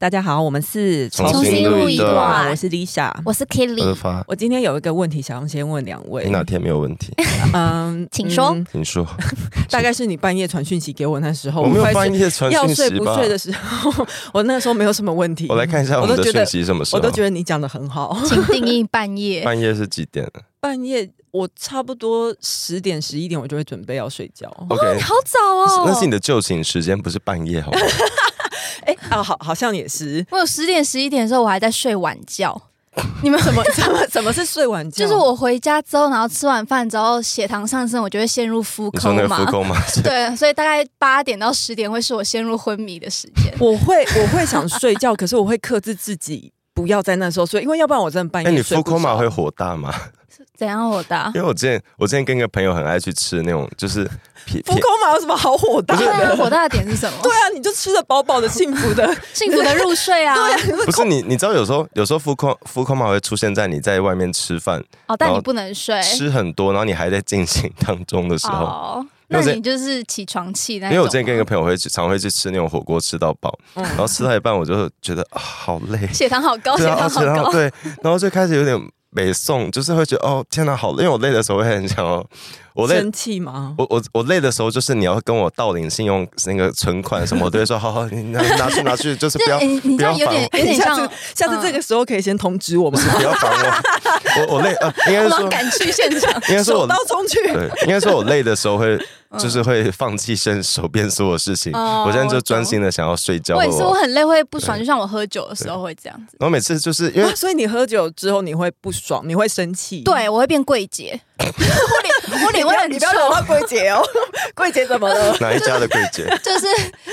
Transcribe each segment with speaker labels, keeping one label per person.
Speaker 1: 大家好，我们是
Speaker 2: 重新录一段
Speaker 1: 我是 Lisa，
Speaker 3: 我是 Kelly，
Speaker 2: 二发，
Speaker 1: 我今天有一个问题想要先问两位
Speaker 2: 你，哪天没有 问题？呃
Speaker 1: 嗯，
Speaker 3: 请说
Speaker 1: 嗯
Speaker 2: 你说，
Speaker 1: 大概是你半夜传讯息给我那时候，
Speaker 2: 我没有
Speaker 1: 快
Speaker 2: 半夜传
Speaker 1: 要
Speaker 2: 讯
Speaker 1: 睡
Speaker 2: 息
Speaker 1: 不
Speaker 2: 吧？
Speaker 1: 睡的时候， 我那时候没有什么问题。
Speaker 2: 我来看一下我们的讯息什么时候。
Speaker 1: 我都觉得你讲的很好。
Speaker 3: 请定义半 夜。
Speaker 2: 半夜是几点
Speaker 1: 半夜我差不多十点十一点我就会准备要睡觉。
Speaker 2: ？OK，
Speaker 3: 你好早哦，
Speaker 2: 那是你的就寝时间，不是半夜 好吗？
Speaker 1: 哎、啊，好，好像也是。
Speaker 3: 我有十点十一点的时候，我还在睡晚觉。你们
Speaker 1: 怎么 怎么怎么是睡晚觉？
Speaker 3: 就是我回家之后，然后吃完饭之后血糖上升，我就会陷入腹
Speaker 2: 你说那
Speaker 3: 空
Speaker 2: 个浮
Speaker 3: 嘛。
Speaker 2: 空吗？
Speaker 3: 对，所以大概八点到十点会是我陷入昏迷的时 间。
Speaker 1: 我会我会想睡觉，可是我会克制自己不要在那时候睡，因为要不然我真的半
Speaker 2: 哎，
Speaker 1: 夜
Speaker 2: 你
Speaker 1: 睡
Speaker 2: 浮
Speaker 1: 不着。
Speaker 2: 空嘛会火 大吗？
Speaker 3: 怎样我大？
Speaker 2: 因为我之前我之前跟一个朋友很爱去吃那种就是皮
Speaker 1: 浮空嘛有什么好火大
Speaker 3: 对啊，
Speaker 1: 的？
Speaker 3: 火大的点是什 么？
Speaker 1: 对啊，你就吃的饱饱的，幸福的。
Speaker 3: 幸福的入睡啊。
Speaker 2: 不是你，你知道有时候有时候浮空浮空嘛会出现在你在外面吃饭
Speaker 3: 哦，但你不能睡。
Speaker 2: 吃很多，然后你还在进行当中的时候。
Speaker 3: 哦，
Speaker 2: 因为
Speaker 3: 那
Speaker 2: 我之
Speaker 3: 你就是起床气那
Speaker 2: 因
Speaker 3: 种。
Speaker 2: 为我
Speaker 1: 啊
Speaker 2: 之前跟一个朋友会去，常会去吃那种火锅，吃到饱，
Speaker 1: 嗯
Speaker 2: 然后吃到一半我就觉得啊好累，
Speaker 3: 血糖好高，血
Speaker 2: 对啊，
Speaker 3: 糖
Speaker 2: 而
Speaker 3: 好
Speaker 2: 且然后
Speaker 3: 高。
Speaker 2: 对，然后就开始有点北宋，就是会觉得哦天哪，好累，因为我累的时候会很想哦，我累
Speaker 1: 生。气吗？
Speaker 2: 我我我累的时候，就是你要跟我盗领信用那个存款什么，我都会说好好，你拿拿去拿去，就是不
Speaker 3: 这
Speaker 2: 要
Speaker 3: 哎 你
Speaker 2: 不
Speaker 3: 这
Speaker 2: 要
Speaker 3: 样有
Speaker 2: 烦
Speaker 3: 点
Speaker 2: 我，
Speaker 3: 有点
Speaker 1: 下
Speaker 3: 像嗯
Speaker 1: 次下次这个时候可以先通知我们，
Speaker 2: 不要烦我。我我累， 呃，应该是
Speaker 3: 我
Speaker 2: 说，
Speaker 3: 赶去现场。
Speaker 2: 应该是
Speaker 1: 手
Speaker 2: 我
Speaker 1: 刀冲去。
Speaker 2: 对，应该说我累的时 候会嗯就是会放弃身手边所有事情，
Speaker 3: 哦
Speaker 2: 我现在就
Speaker 3: 我懂
Speaker 2: 专心的想要睡觉。
Speaker 3: 我也是，我
Speaker 2: 然
Speaker 3: 很累会不爽，就像我喝酒的时候会这样子。
Speaker 2: 后每次就是因为
Speaker 1: 啊，所以你喝酒之后你会不爽，你会生气。
Speaker 3: 对，我会变 桂姐，
Speaker 1: 你
Speaker 3: 我脸我脸
Speaker 1: 不
Speaker 3: 会
Speaker 1: 要
Speaker 3: 很
Speaker 1: 你
Speaker 3: 臭
Speaker 1: 不，要惹到桂姐 哦，桂姐怎么了？
Speaker 2: 哪一家的柜姐，
Speaker 3: 就是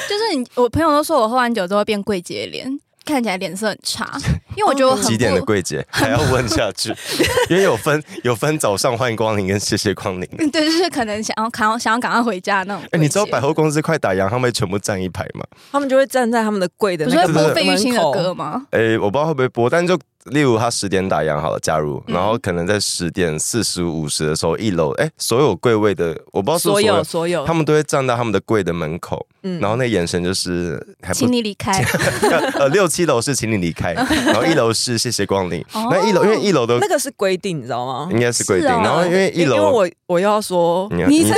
Speaker 3: 就是你，我朋友都说我喝完酒之后会变桂姐的脸，看起来脸色很差，因为我觉得我很不
Speaker 2: 几点的柜姐还要问下去，因为有分有分早上欢迎光临跟谢谢光临。
Speaker 3: 嗯 对，就是可能想要赶想要赶快回家那种桂姐。
Speaker 2: 哎、你知道百货公司快打烊，他们会全部站一排吗？
Speaker 1: 他们就会站在他们的柜的
Speaker 3: 不
Speaker 1: 那
Speaker 3: 是
Speaker 1: 个
Speaker 3: 会
Speaker 1: 门
Speaker 3: 播
Speaker 1: 口。
Speaker 3: 费玉清的歌吗？
Speaker 2: 哎、我不知道会不会播，但就例如他十点打烊好了，假如，然后可能在十点四十五十的时候，一楼哎、所有柜位的，我不知道是不
Speaker 1: 所
Speaker 2: 是
Speaker 1: 有
Speaker 2: 有，
Speaker 1: 所有
Speaker 2: 他，们都会站到他们的柜的门口，
Speaker 1: 嗯
Speaker 2: 然后那眼神就是还不
Speaker 3: 请你离开。
Speaker 2: 呃六七楼是请你离开，然后一楼是谢谢光临，
Speaker 3: 哦
Speaker 2: 那一楼因为一楼的
Speaker 1: 那个是规定，你知道吗？
Speaker 2: 应该是规定，
Speaker 3: 是哦
Speaker 2: 然后因为一
Speaker 1: 因为
Speaker 2: 楼
Speaker 1: 我我又要说，
Speaker 2: 你
Speaker 3: 你
Speaker 2: 你在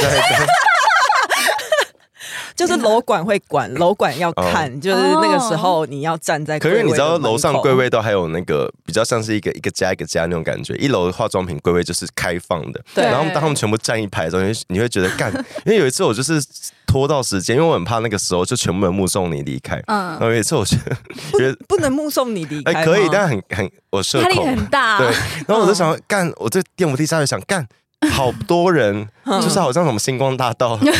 Speaker 1: 就是楼管会管，楼管要看，就是那个时候
Speaker 3: 哦
Speaker 1: 你要站在
Speaker 2: 哦可
Speaker 1: 柜位
Speaker 2: 是
Speaker 1: 的
Speaker 2: 你
Speaker 1: 门口。
Speaker 2: 知道楼上柜位都还有那个比较像是一个一个家一个家那种感觉，一楼化妆品柜位就是开放的，
Speaker 1: 对
Speaker 2: 然后当他们全部站一排的时候，你会你会觉得干， 因为有一次我就是拖到时间，因为我很怕那个时候就全部人目送你离开。然
Speaker 3: 嗯，
Speaker 2: 后有一次我觉得
Speaker 1: 不
Speaker 2: 觉得
Speaker 1: 不能目送你 离开吗，
Speaker 2: 哎可以，但很很我社
Speaker 3: 压力
Speaker 2: 恐，
Speaker 3: 很大。
Speaker 2: 对，然后我就想说干，我这电扶梯下去想 干。好多人，
Speaker 1: 嗯
Speaker 2: 就是好像什么星光大 道，对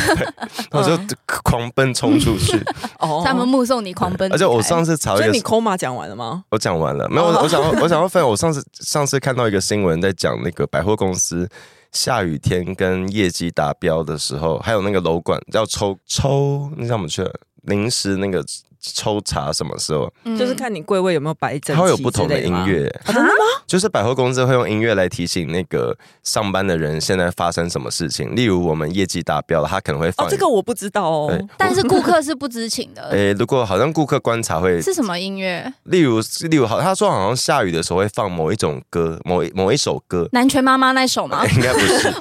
Speaker 2: 然后我就狂奔冲出去。
Speaker 1: 哦
Speaker 3: 他们目送你狂奔离开，
Speaker 2: 而且我上次查了
Speaker 1: 所
Speaker 2: 一
Speaker 1: 以
Speaker 2: 个
Speaker 1: 你 coma 讲完了吗？
Speaker 2: 我讲完了，没有，
Speaker 1: 哦
Speaker 2: 我我想要我想要分享，我上次上次看到一个新闻，在讲那个百货公司下雨天跟业绩达标的时候，还有那个楼管要抽抽，那叫什么去了？临时那个抽查什么时候？
Speaker 3: 嗯
Speaker 1: 就是看你柜位有没有摆整
Speaker 2: 它会有
Speaker 1: 齐
Speaker 2: 不同
Speaker 1: 之
Speaker 2: 的
Speaker 1: 类
Speaker 2: 音
Speaker 1: 吗
Speaker 2: 乐，
Speaker 1: 啊真的吗？
Speaker 2: 就是百货公司会用音乐来提醒那个上班的人现在发生什么事情。例如我们业绩达标了，他可能会
Speaker 1: 哦
Speaker 2: 放，
Speaker 1: 这个呃我不知道
Speaker 2: 对
Speaker 1: 哦。
Speaker 3: 但是顾客是不知情 的。
Speaker 2: 诶，如果好像顾客观察会
Speaker 1: 嗯
Speaker 3: 是什么音乐？
Speaker 2: 例如，例如好，他说好像下雨的时候会放某一种歌，某一某一首歌，
Speaker 3: 南拳妈妈那首吗？
Speaker 2: 应该不是。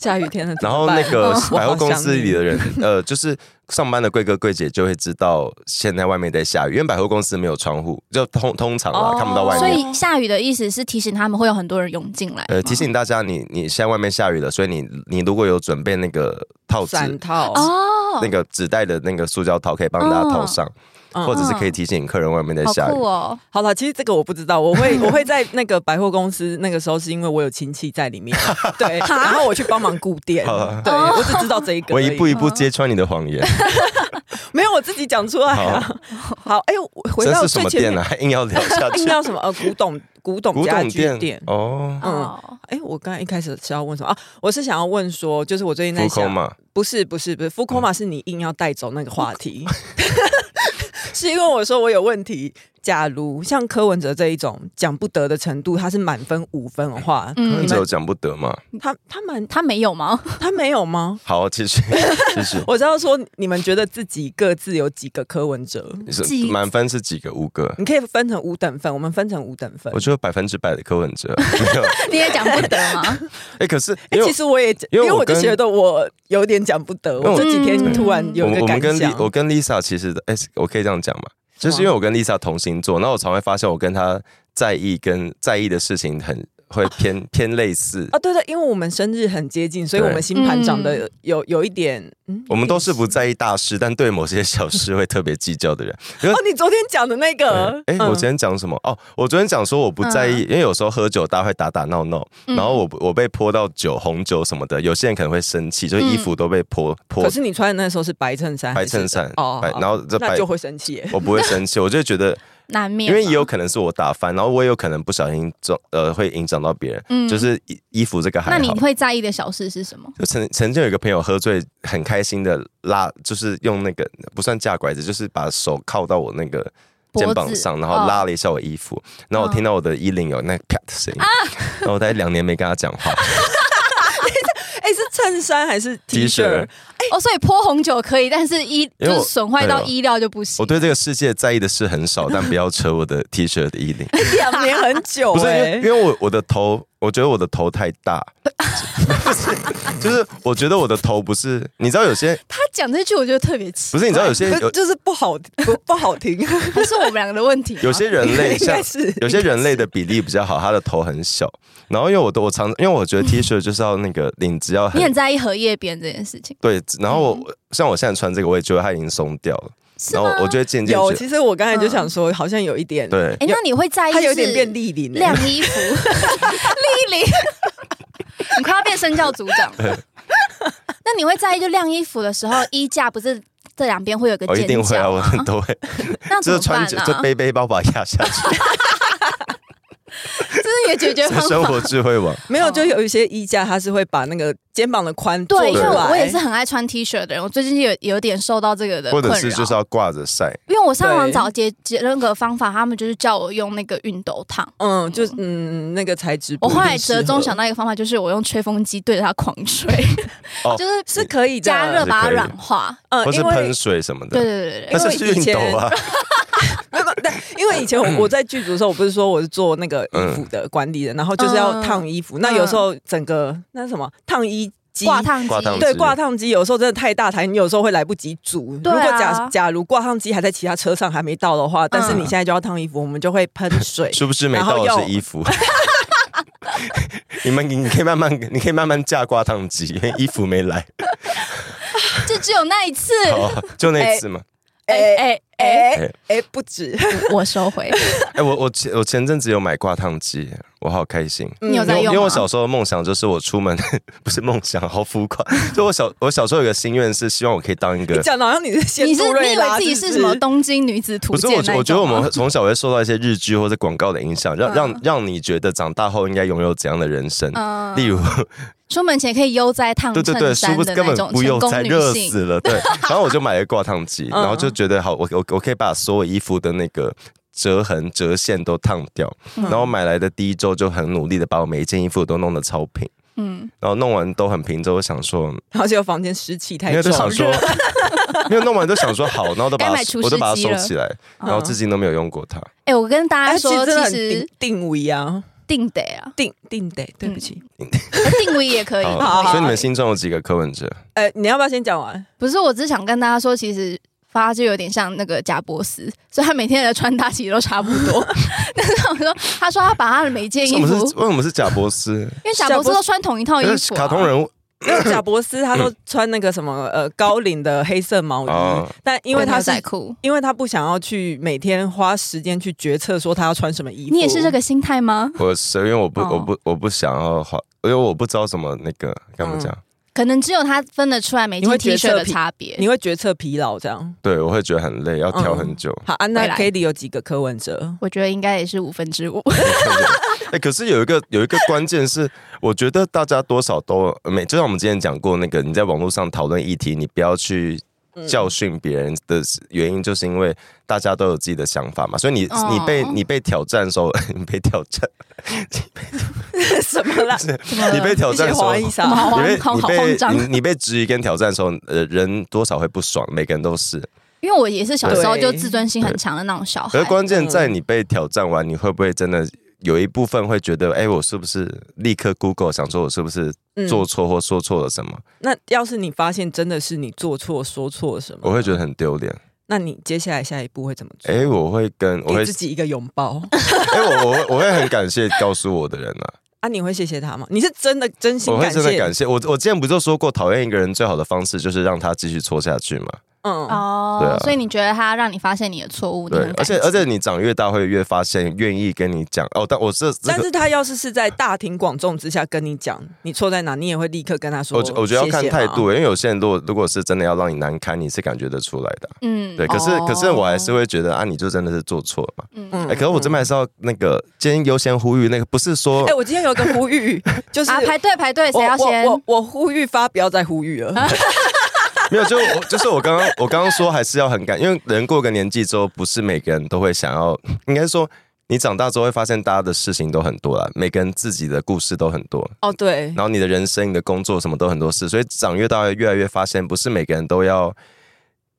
Speaker 1: 下雨 天了怎
Speaker 2: 然
Speaker 1: 么
Speaker 2: 后
Speaker 1: 办，哦
Speaker 2: 那个
Speaker 1: 我
Speaker 2: 百货
Speaker 1: 好
Speaker 2: 公
Speaker 1: 想
Speaker 2: 司里
Speaker 1: 你
Speaker 2: 的人，呃，就是上班的贵哥贵姐就会知道现在外面在下雨，因为百货公司没有窗户，就通通常啦、
Speaker 1: 哦
Speaker 2: 看不到外
Speaker 3: 所
Speaker 2: 面。
Speaker 3: 以下雨的意思是提醒他们会有很多人涌进来吗。
Speaker 2: 呃，提醒大家你，你现在外面下雨了，所以你你如果有准备那个套子，
Speaker 1: 伞套
Speaker 3: 哦哦
Speaker 2: 那个纸袋的那个塑胶套可以帮大家套上，
Speaker 1: 嗯
Speaker 2: 或者是可以提醒客人外面在
Speaker 3: 好
Speaker 2: 下雨
Speaker 3: 酷。哦！
Speaker 1: 好了，其实这个我不知道，我 会我会在那个百货公司那个时候是因为我有亲戚在里 面，对，然后我去帮忙顾店
Speaker 2: 啊，
Speaker 1: 对
Speaker 3: 哦
Speaker 1: 我只知道这一个
Speaker 2: 我
Speaker 1: 而已，
Speaker 2: 一步一步揭穿你的谎言，
Speaker 1: 没有我自己讲出来啊。好，哎，我 回
Speaker 2: 这
Speaker 1: 到
Speaker 2: 是什
Speaker 1: 最
Speaker 2: 么
Speaker 1: 前
Speaker 2: 店
Speaker 1: 面，
Speaker 2: 啊？还硬要聊下
Speaker 1: 应
Speaker 2: 去
Speaker 1: 该，叫什么？呃，古董古董
Speaker 2: 古
Speaker 1: 家
Speaker 2: 董
Speaker 1: 具
Speaker 2: 店哦，
Speaker 1: 嗯
Speaker 3: 哦，
Speaker 1: 哎，我刚才一开始是要问什么啊？我是想要问说，就是啊我最近在
Speaker 2: 浮空嗯
Speaker 1: 想，
Speaker 2: 嘛，
Speaker 1: 不是不是不是，f u k o m a 是你硬要带走那个话题， 是因为我说我有问题。假如像柯文哲这一种讲不得的程度，他是满分五分的话，
Speaker 2: 那
Speaker 3: 嗯
Speaker 2: 只，有讲不得嘛。
Speaker 1: 他他蛮
Speaker 3: 他没有吗？
Speaker 1: 他没有吗？
Speaker 2: 好，继续继续。
Speaker 1: 我知道说你们觉得自己各自有几个柯文哲，
Speaker 2: 你是
Speaker 3: 几
Speaker 2: 满分是几个？五个。
Speaker 1: 你可以分成五等分，我们分成五等分
Speaker 2: 我。觉得百分之百的柯文哲啊没有。
Speaker 3: 你也讲不得 吗？
Speaker 2: 哎，可是
Speaker 1: 哎、
Speaker 2: 因为
Speaker 1: 其实我也
Speaker 2: 因
Speaker 1: 因
Speaker 2: 为
Speaker 1: 为
Speaker 2: 我
Speaker 1: 我就
Speaker 2: 跟
Speaker 1: 觉得我有点讲不得，
Speaker 2: 因为我
Speaker 1: 我这几天突然有
Speaker 2: 我
Speaker 1: 一个
Speaker 2: 们我们
Speaker 1: 感
Speaker 2: 跟 Li 我
Speaker 1: 想。
Speaker 2: 跟 Lisa 其实，哎、我可以这样讲嘛，就是因为我跟 Lisa 同星座，那我常会发现我跟她在意跟在意的事情很会偏、偏类似。
Speaker 1: 啊，对对，因为我们生日很接近，所以我们星盘长
Speaker 3: 嗯
Speaker 1: 得有有一点，嗯，
Speaker 2: 我们都是不在意大事，但对某些小事会特别计较 的人。
Speaker 1: 哦，你昨天讲的那个，
Speaker 2: 哎、
Speaker 1: 嗯
Speaker 2: 我昨天讲什么？哦，我昨天讲说我不在意，因为有时候喝酒大家会打打闹闹，
Speaker 1: 嗯
Speaker 2: 然后我我被泼到酒、红酒什么的，有些人可能会生气，就是衣服都被泼泼
Speaker 1: 嗯可是你穿的那时候是白衬衫还
Speaker 2: 白
Speaker 1: 是，
Speaker 2: 衬衫，
Speaker 1: 哦
Speaker 2: 白
Speaker 1: 好
Speaker 2: 然后这
Speaker 1: 那
Speaker 2: 白
Speaker 1: 就会生气耶。
Speaker 2: 我不会生气，我就 觉得
Speaker 3: 难免
Speaker 2: 因
Speaker 3: 吧，
Speaker 2: 为也有可能是我打翻，然后我也有可能不小心撞，呃，会影响到别人。
Speaker 3: 嗯
Speaker 2: 就是衣衣服这个
Speaker 3: 那
Speaker 2: 还
Speaker 3: 你
Speaker 2: 好。
Speaker 3: 会在意的小事是什么？
Speaker 2: 就曾曾经有一个朋友喝醉，很开心的拉，就是用那个不算架拐子，就是把手靠到我那个肩膀上，
Speaker 3: 脖子
Speaker 2: 然
Speaker 1: 哦
Speaker 2: 后拉了一下我衣服，然后我听到我的衣领有那啪的声音，
Speaker 1: 啊
Speaker 2: 然后我大概两年没跟他讲 话。
Speaker 1: 哎，是衬衫还是 T 恤？
Speaker 3: 哦，所以泼红酒可以，但是衣
Speaker 2: 因
Speaker 3: 就
Speaker 2: 为我
Speaker 3: 是损坏到
Speaker 2: 对哦
Speaker 3: 衣料就不行。
Speaker 2: 我对这个世界在意的事很少，但不要扯我的 T 恤的衣领。
Speaker 1: 两年很久
Speaker 2: 不是因为
Speaker 1: 哎
Speaker 2: 因，为我我的头，我觉得我的头太大， 不是就是我觉得我的头不是，你知道有些
Speaker 3: 他讲这句，我觉得特别气
Speaker 2: 不。是你知道 有 些
Speaker 1: 就
Speaker 2: 有
Speaker 1: 就是不好不不好听，
Speaker 3: 不是我们两个的问题吗，
Speaker 2: 有些人 类
Speaker 1: 应
Speaker 2: 像
Speaker 1: 该是
Speaker 2: 有些人类的比例比较好，他的头很小，然后因为我都我常因为我觉得 T 恤就是要那个领子要
Speaker 3: 你很
Speaker 2: 很。
Speaker 3: 在意荷叶边这件事情，
Speaker 2: 对，然后我像我现在穿这个，我也觉得它已经松掉了。
Speaker 3: 是
Speaker 2: 然后
Speaker 3: 吗？
Speaker 2: 我就会渐渐
Speaker 1: 有。
Speaker 2: 觉得，
Speaker 1: 其实我刚才就想说，好像有一点，，
Speaker 2: 对，
Speaker 3: 哎，那你会在意
Speaker 1: 它有
Speaker 3: 嗯是
Speaker 1: 点变立领欸
Speaker 3: 晾
Speaker 1: 了。
Speaker 3: 衣服，丽玲，你快要变身教组长了。 那你会在意就晾衣服的时候，衣架不是这两边会有个
Speaker 2: 我一定
Speaker 3: 尖
Speaker 2: 会啊，
Speaker 3: 角
Speaker 2: 我
Speaker 3: 吗？
Speaker 2: 都会，
Speaker 3: 那
Speaker 2: 就是
Speaker 3: 怎么
Speaker 2: 穿
Speaker 3: 办
Speaker 2: 着
Speaker 3: 呢、
Speaker 2: 就
Speaker 3: 啊？
Speaker 2: 背背包把它压下去，
Speaker 3: 这是你的解决
Speaker 2: 这
Speaker 3: 方
Speaker 2: 是生
Speaker 3: 法。
Speaker 2: 活智慧网。
Speaker 1: 没有，就有一些衣架，它是会把那个肩膀的宽做
Speaker 3: 哦对，因
Speaker 1: 出
Speaker 3: 为我
Speaker 1: 来。
Speaker 3: 我也是很爱穿 T 恤的人，我最近有有点受到这个的
Speaker 2: 或
Speaker 3: 困扰。
Speaker 2: 者是就是要挂着晒，
Speaker 3: 因为我上网
Speaker 1: 对
Speaker 3: 找解解那个方法，他们就是叫我用那个熨斗烫。
Speaker 1: 嗯，就是嗯，那个材质不
Speaker 3: 我
Speaker 1: 一定
Speaker 3: 后
Speaker 1: 适合。
Speaker 3: 来折中想到一个方法，就是我用吹风机对着它狂吹，
Speaker 2: 哦
Speaker 3: 就是
Speaker 1: 是可以的
Speaker 3: 加热把
Speaker 2: 是
Speaker 3: 它
Speaker 2: 可以的
Speaker 3: 软化。
Speaker 1: 嗯
Speaker 2: 或是
Speaker 1: 因为
Speaker 2: 喷水什么
Speaker 3: 对
Speaker 2: 的。
Speaker 3: 对对对
Speaker 2: 那
Speaker 3: 对，
Speaker 2: 是
Speaker 1: 因为以
Speaker 2: 熨斗 啊，
Speaker 1: 没有，但因为以前
Speaker 2: 嗯
Speaker 1: 我我在剧组的时候，我不是说我是做那个衣服的管理人，然后就是要
Speaker 3: 嗯
Speaker 1: 烫衣服。那有时候整个那是什么烫衣机
Speaker 3: 挂烫机
Speaker 2: 挂烫机。
Speaker 1: 对挂烫机，有时候真的太大台，你有时候会来不及煮。
Speaker 3: 对啊
Speaker 1: 如果假假如挂烫机还在其他车上还没到的话，但是你现在就要烫衣服，我们就会喷水
Speaker 2: 殊不知没
Speaker 1: 然后
Speaker 2: 到的
Speaker 1: 又
Speaker 2: 是衣服。 你们你可以慢慢，你可以慢慢架挂烫机，因为衣服没 来。
Speaker 3: 就只有那一次。
Speaker 2: 好，就那一次嘛。
Speaker 3: 哎哎哎，
Speaker 1: 哎哎，不止，
Speaker 3: 我收 回。
Speaker 2: 哎、我我前我前阵子有买挂烫机，我好开心。
Speaker 1: 嗯
Speaker 3: 你有
Speaker 2: 因
Speaker 3: 在
Speaker 2: 为因
Speaker 3: 用吗
Speaker 2: 为我小时候的梦想就是我出门 不是梦想，好浮夸。就我小我小时候有个心愿是希望我可以当一个
Speaker 1: 你，讲的好像你是先
Speaker 3: 你是
Speaker 1: 杜
Speaker 3: 你
Speaker 1: 瑞
Speaker 3: 以为
Speaker 1: 拉
Speaker 3: 自己
Speaker 1: 是
Speaker 3: 是
Speaker 1: 不
Speaker 3: 什么东京女子图
Speaker 2: 不是
Speaker 3: 鉴
Speaker 2: 我
Speaker 3: 那一
Speaker 2: 我觉得我
Speaker 3: 种吗
Speaker 2: 们从小会受到一些日剧或者广告的影响，让让让你觉得长大后应该拥有怎样的人生。
Speaker 3: 嗯
Speaker 2: 例如，
Speaker 3: 出门前可以悠哉烫
Speaker 2: 对对
Speaker 3: 衬
Speaker 2: 对，殊
Speaker 3: 衫
Speaker 2: 不
Speaker 3: 的
Speaker 2: 知根
Speaker 3: 那
Speaker 2: 本
Speaker 3: 种
Speaker 2: 不
Speaker 3: 成
Speaker 2: 用
Speaker 3: 功
Speaker 2: 再
Speaker 3: 女
Speaker 2: 热
Speaker 3: 性，
Speaker 2: 死了。 对，然后我就买了挂烫机，
Speaker 1: 嗯
Speaker 2: 然后就觉得好，我我我可以把所有衣服的那个折痕、折线都烫掉。
Speaker 3: 嗯
Speaker 2: 然后买来的第一周就很努力的把我每一件衣服都弄得超平，
Speaker 3: 嗯，
Speaker 2: 然后弄完都很平之后，我想说，
Speaker 1: 然后结果房间湿气太
Speaker 2: 因为都
Speaker 1: 重，
Speaker 2: 想说，因为弄完都想说好，然后都把
Speaker 3: 该
Speaker 2: 它
Speaker 3: 买除
Speaker 2: 我都把它
Speaker 3: 湿机
Speaker 2: 收
Speaker 3: 了嗯
Speaker 2: 起来，然后至今都没有用过它。
Speaker 3: 哎、我跟大
Speaker 1: 哎
Speaker 3: 家
Speaker 1: 其
Speaker 3: 说，
Speaker 1: 实真的很
Speaker 3: 其
Speaker 1: 定
Speaker 3: 实
Speaker 1: 定位啊，
Speaker 3: 定得啊，
Speaker 1: 定定得，对不起，
Speaker 3: 定位也可以。
Speaker 1: 好
Speaker 2: 所以你们心中有几个柯文哲？
Speaker 1: 哎，你要不要先讲 完？
Speaker 3: 不是，我只想跟大家说，其实发就有点像那个贾伯斯， 所以他每天的穿搭其实都差不多。 但是我说，他说他把他的每一 件
Speaker 2: 为什
Speaker 3: 衣
Speaker 2: 么
Speaker 3: 服，
Speaker 2: 是为什么是贾伯斯？
Speaker 3: 因为贾伯斯都穿同一套
Speaker 2: 因
Speaker 3: 衣
Speaker 2: 为
Speaker 3: 服、啊，
Speaker 2: 卡通人物
Speaker 1: 因为贾伯斯他都穿那个什么呃高领的黑色毛衣
Speaker 3: 啊
Speaker 2: 哦，
Speaker 1: 但因为他是
Speaker 3: 牛仔裤。
Speaker 1: 因为他不想要去每天花时间去决策说他要穿什么衣服。
Speaker 3: 你也是这个心态吗？
Speaker 2: 我是因为我不
Speaker 3: 哦
Speaker 2: 我不我不想要花，因为我不知道怎么那个该怎
Speaker 3: 嗯
Speaker 2: 么讲，
Speaker 3: 可能只有他分得出来
Speaker 1: 你
Speaker 3: 每件
Speaker 1: 会决
Speaker 3: T 恤
Speaker 1: 策
Speaker 3: 的
Speaker 1: 疲
Speaker 3: 差别。
Speaker 1: 你会决策疲劳这样。
Speaker 2: 对我会觉得很累，要挑
Speaker 3: 嗯
Speaker 2: 很久。
Speaker 1: 好，安
Speaker 3: 未
Speaker 1: 娜
Speaker 3: 来
Speaker 1: k a t i e 有几个柯文哲？
Speaker 3: 我觉得应该也是五 分之五。
Speaker 2: 哎、可是有一个有一个关键是，我觉得大家多少都每，就像我们之前讲过那个，你在网络上讨论议题，你不要去
Speaker 1: 嗯
Speaker 3: 嗯
Speaker 2: 教训别人的原因，就是因为大家都有自己的想法嘛。所以你、
Speaker 3: 哦
Speaker 2: 你被你被挑战的时候， 你被挑战，
Speaker 1: 什么啦？
Speaker 3: 怎么了
Speaker 2: 你被 挑战的时候。
Speaker 1: 华
Speaker 2: 你
Speaker 1: 裔
Speaker 3: 我们
Speaker 1: 啥？
Speaker 3: 好
Speaker 2: 被
Speaker 3: 慌，好
Speaker 2: 你
Speaker 3: 好
Speaker 2: 被
Speaker 3: 慌张。
Speaker 2: 你你被质疑跟挑战的时候，呃，人多少会不爽，每个人都是。
Speaker 3: 因为我也是小时候
Speaker 1: 对
Speaker 3: 就自尊心很强的那种小
Speaker 2: 可
Speaker 3: 孩
Speaker 2: 是。关
Speaker 1: 嗯
Speaker 2: 键在你被挑战完，你会不会真的有一部分会觉得，哎、我是不是立刻 Google 想说我是不是
Speaker 1: 嗯
Speaker 2: 做错或说错了什么？
Speaker 1: 那要是你发现真的是你做错、说错什么，
Speaker 2: 我会觉得很丢脸。
Speaker 1: 那你接下来下一步会怎么做？
Speaker 2: 哎、我会跟我会
Speaker 1: 给自，己一个拥抱
Speaker 2: 哎、我我会我会很感谢告诉我的人啊，
Speaker 1: 啊！你会谢谢他吗？你是真的真 心
Speaker 2: 我会
Speaker 1: 感
Speaker 2: 真的
Speaker 1: 谢？
Speaker 2: 感谢。我我之前不就说过，讨厌一个人最好的方式就是让他继续错下去嘛。
Speaker 1: 嗯，
Speaker 2: 对
Speaker 3: 哦
Speaker 2: 啊，
Speaker 3: 所以你觉得他让你发现你的错误，你
Speaker 2: 对
Speaker 3: 很，
Speaker 2: 而
Speaker 3: 感
Speaker 2: 且
Speaker 3: 激
Speaker 2: 而且你长越大会越发现愿意跟你讲哦，但我这这
Speaker 1: 但
Speaker 2: 个。
Speaker 1: 是他要是是在大庭广众之下跟你讲你错在哪，你也会立刻跟他说
Speaker 2: 我
Speaker 1: 谢
Speaker 2: 觉
Speaker 1: 谢吗。啊
Speaker 2: 我觉得要看态度、因为有些人如果如果是真的要让你难堪，你是感觉得出来的。
Speaker 3: 嗯
Speaker 2: 对，可是、
Speaker 3: 哦
Speaker 2: 可是我还是会觉得啊，你就真的是做错了嘛。
Speaker 3: 嗯
Speaker 1: 嗯
Speaker 2: 哎、可是我这边还是要那个，今天优先呼吁那个，不是说
Speaker 1: 哎、我今天有一个呼吁，就是
Speaker 3: 啊，排队排队，
Speaker 1: 我
Speaker 3: 谁要先
Speaker 1: 我？我我呼吁发，不要再呼吁
Speaker 2: 啊
Speaker 1: 了。
Speaker 2: 没有，就我就是我刚刚我刚刚说还是要很感，因为人过个年纪之后，不是每个人都会想要，应该说你长大之后会发现大家的事情都很多啦，每个人自己的故事都很多，
Speaker 1: 哦，对，
Speaker 2: 然后你的人生、你的工作什么都很多事，所以长越大会越来越发现，不是每个人都要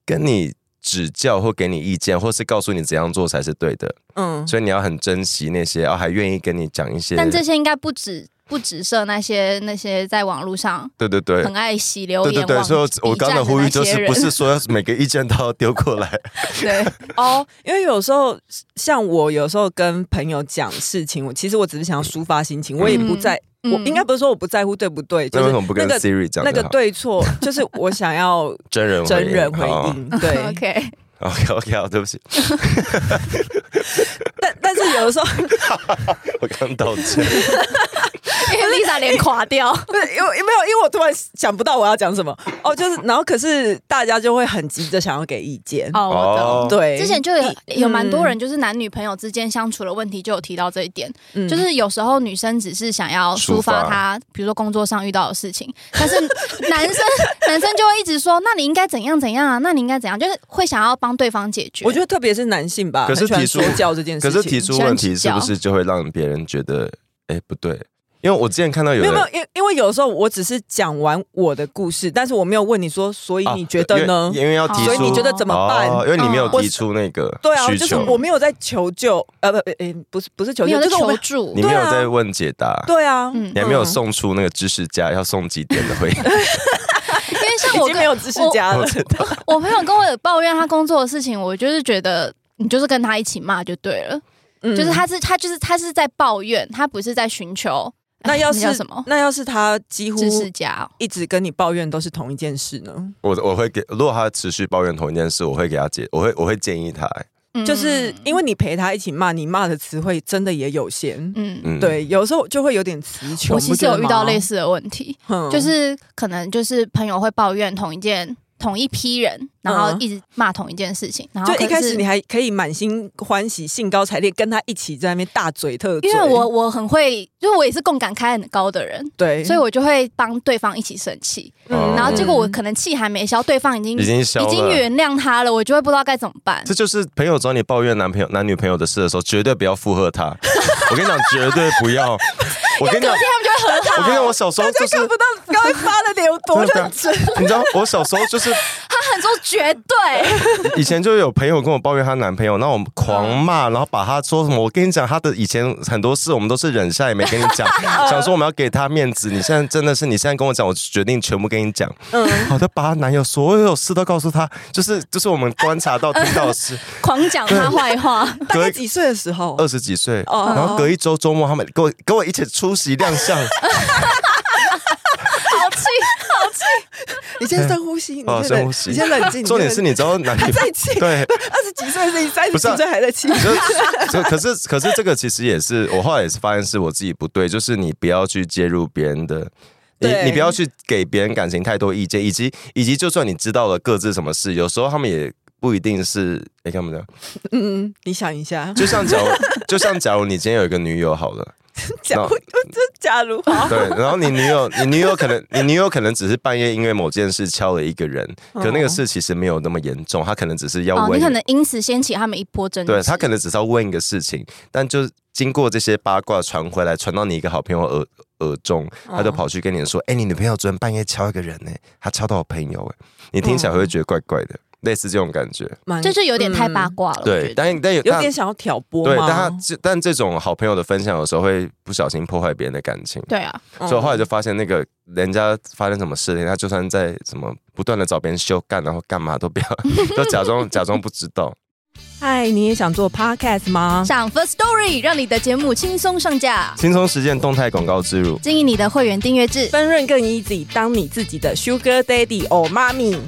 Speaker 2: 跟你指教或给你意见，或是告诉你怎样做才是对的，
Speaker 1: 嗯，
Speaker 2: 所以你要很珍惜那些啊，还愿意跟你讲一些，
Speaker 3: 但这些应该不止不只设那些那些在网络上
Speaker 2: 对对对
Speaker 3: 很。爱洗留
Speaker 2: 对对
Speaker 3: 言、
Speaker 2: 对，
Speaker 3: 网
Speaker 2: 所以我我刚刚的呼吁就是，不是
Speaker 3: 比
Speaker 2: 说每个意见都要丢过 来，
Speaker 3: 战的那些 人
Speaker 1: 哦，因为有时候像我有时候跟朋友讲事情，我其实我只是想要抒发心情，我也不在，
Speaker 3: 嗯
Speaker 1: 我应该不是说我不在乎对不对，就是
Speaker 2: 那为什么不
Speaker 1: 那
Speaker 2: 跟
Speaker 1: 个
Speaker 2: Siri 讲就
Speaker 1: 那
Speaker 2: 好？
Speaker 1: 个对错，就是我想 要
Speaker 2: 真人
Speaker 1: 真人回
Speaker 2: 好
Speaker 1: 应，对
Speaker 3: 对哦，OK，
Speaker 2: OK OK，好，对不起，
Speaker 1: 但但是有的时候，
Speaker 2: 我刚道歉。
Speaker 3: 因为 Lisa 脸垮掉，
Speaker 1: 不是因为因为没有，因为我突然想不到我要讲什么哦，就是然后可是大家就会很急着想要给意见，
Speaker 3: 哦，我懂。
Speaker 2: 哦，
Speaker 1: 对，
Speaker 3: 之前就有有蛮多
Speaker 1: 嗯
Speaker 3: 人，就是男女朋友之间相处的问题，就有提到这一点。
Speaker 1: 嗯
Speaker 3: 就是有时候女生只是想要抒
Speaker 2: 抒
Speaker 3: 发
Speaker 2: 发
Speaker 3: 她，比如说工作上遇到的事情， 但是男生 男生就会一直说，那你应该怎样怎样啊，那你应该怎样，就是会想要帮对方解决。
Speaker 1: 我觉得特别是男性吧，
Speaker 2: 可是
Speaker 1: 很喜欢
Speaker 2: 提出
Speaker 1: 说教这件
Speaker 2: 可
Speaker 1: 事情，
Speaker 2: 是提出问题是不是就会让别人觉得，哎，不对？因为我之前看到有
Speaker 1: 没有
Speaker 2: 人
Speaker 1: 没有，因因为有时候我只是讲完我的故事，但是我没有问你说，所以
Speaker 2: 啊
Speaker 1: 你觉得呢？
Speaker 2: 因为因为要提
Speaker 3: 因
Speaker 2: 出，
Speaker 1: 所以你觉得
Speaker 3: 哦
Speaker 1: 怎么办？
Speaker 2: 哦因为你没有
Speaker 3: 嗯
Speaker 2: 提出那个
Speaker 1: 对啊，
Speaker 2: 需
Speaker 1: 就是
Speaker 2: 求，
Speaker 1: 我没有在求救，呃不，诶、不是不是求
Speaker 3: 没
Speaker 1: 救，
Speaker 3: 有
Speaker 1: 就是
Speaker 3: 在
Speaker 1: 我
Speaker 3: 求
Speaker 1: 们
Speaker 3: 助，
Speaker 2: 你没有在问解答，
Speaker 1: 啊对啊，
Speaker 3: 嗯
Speaker 2: 你还没有送出那个知识家要送几点的 回应。
Speaker 3: 因为像
Speaker 1: 已
Speaker 3: 我
Speaker 1: 经没
Speaker 3: 跟
Speaker 1: 有知识家了，
Speaker 3: 我朋友跟 我有抱怨他工作的事情，我就是觉得你就是跟他一起骂就对了，
Speaker 1: 嗯
Speaker 3: 就是他是他就是他是在抱怨，他不是在寻求。
Speaker 1: 那要
Speaker 3: 那
Speaker 1: 是
Speaker 3: 叫什么
Speaker 1: 那要是他几乎
Speaker 3: 知识家、哦？
Speaker 1: 一直跟你抱怨都是同一件事呢，
Speaker 2: 我我会给，如果他持续抱怨同一件事，我会给他解，我会我会建议他，哎
Speaker 3: 嗯
Speaker 1: 就是因为你陪他一起骂，你骂的词汇真的也有限。
Speaker 3: 嗯。
Speaker 2: 嗯，，
Speaker 1: 对，有时候就会有点词穷。
Speaker 3: 我其
Speaker 1: 不
Speaker 3: 实
Speaker 1: 觉得
Speaker 3: 有遇到
Speaker 1: 吗
Speaker 3: 类，似的问题，
Speaker 1: 嗯
Speaker 3: 就是可能就是朋友会抱怨同一件同一批人，然后一直骂同一件事情，然后
Speaker 1: 就一
Speaker 3: 可
Speaker 1: 开
Speaker 3: 是
Speaker 1: 始你还可以满心欢喜、兴高采烈跟他一起在那边大嘴特嘴，
Speaker 3: 因为我我很会，因为我也是共感开很高的人，
Speaker 1: 对，
Speaker 3: 所以我就会帮对方一起生气，
Speaker 2: 哦
Speaker 3: 嗯然后结果我可
Speaker 1: 能
Speaker 3: 能气还没消，对方已经
Speaker 2: 已经消了，
Speaker 3: 已经原谅他了，我就会不知道该怎么办。
Speaker 2: 这就是朋友找你抱怨男朋友、男女朋友的事的时候，绝对不要附和他。 我跟你讲，绝对不要。我跟你讲，
Speaker 3: 他们就会和好，
Speaker 2: 我跟你讲，我小时候就是，
Speaker 1: 看不到刚才发的脸有多
Speaker 2: 真的不要
Speaker 1: 认真，
Speaker 2: 你知道，我小时候就是
Speaker 3: 他很说绝对，
Speaker 2: 以前就有朋友跟我抱怨她男朋友，然后我狂
Speaker 3: 嗯
Speaker 2: 骂，然后把她说什么。我跟你讲，她的以前很多事我们都是忍下，也没跟你 讲，
Speaker 3: 呃
Speaker 2: 想说我们要给她面子。你现在真的是，你现在跟我讲，我决定全部跟你讲。
Speaker 1: 嗯，
Speaker 2: 好的，把她男友所有事都告诉她，就是就是我们观察到、听到的事。
Speaker 3: 狂讲他坏话，
Speaker 1: 大
Speaker 2: 隔
Speaker 1: 概
Speaker 2: 一呃
Speaker 1: 几岁的时候
Speaker 2: 二，十几岁，
Speaker 1: 哦
Speaker 2: 然后隔一 周周末他们跟我跟我一起出席亮相，
Speaker 3: 好气，
Speaker 1: 你先深呼吸，你
Speaker 2: 哦
Speaker 1: 先
Speaker 2: 深
Speaker 1: 冷
Speaker 2: 呼，吸
Speaker 1: 你先冷 静。
Speaker 2: 重点是你知道哪里
Speaker 1: 还 在气，
Speaker 2: 对，
Speaker 1: 二十几岁的事 情，三十
Speaker 2: 不是啊
Speaker 1: 几岁还在气。
Speaker 2: 就就可是可是这个其实也是我后来也是发现是我自己不对，就是你不要去介入别人的。你
Speaker 1: 对
Speaker 2: 你不要去给别人感情太多意见，以及以及就算你知道了各自什么事，有时候他们也不一定是哎干嘛的。
Speaker 1: 嗯，你想一下，
Speaker 2: 就像假如就像假如你今天有一个女友好了，
Speaker 1: 假如这
Speaker 2: 嗯
Speaker 1: 假如好，
Speaker 2: 对，然后你女友你女友可能你女友可能只是半夜因为某件事敲了一个人，可那个事其实没有那么严重，她可能只是要
Speaker 3: 哦，
Speaker 2: 问
Speaker 3: 你
Speaker 2: 一个
Speaker 3: 可能因此掀起他们一波争执。
Speaker 2: 对他可能只是要问一个事情，但就是经过这些八卦传回来，传到你一个好朋友耳耳中，
Speaker 3: 哦
Speaker 2: 他就
Speaker 1: 嗯
Speaker 2: 跑去跟你说：“哎、你女朋友昨天半夜敲一个人呢、他敲到我朋友哎、你听起来会觉得怪怪
Speaker 3: 嗯
Speaker 2: 的，类似这种感觉。
Speaker 1: 蛮
Speaker 3: 这就有点太八
Speaker 1: 嗯
Speaker 3: 卦了。呃我觉
Speaker 2: 对
Speaker 3: 得，
Speaker 2: 但但有
Speaker 1: 有
Speaker 2: 但
Speaker 1: 点想要挑拨
Speaker 2: 对，但
Speaker 1: 吗
Speaker 2: 他这但这种好朋友的分享，有时候会不小心破坏别人的感情。
Speaker 3: 对啊，
Speaker 1: 嗯
Speaker 2: 所以我后来就发现，那个人家发生什么事情，他就算在什么不断的找别人修干，然后干嘛都不要， 都假装假装不知道。
Speaker 1: 嗨，你也想做 podcast 吗？
Speaker 3: 上 First Story 让你的节目轻松上架，
Speaker 2: 轻松实践动态广告之路，
Speaker 3: 经营你的会员订阅制。
Speaker 1: 分润更 easy，当你自己的 sugar daddy or mommy。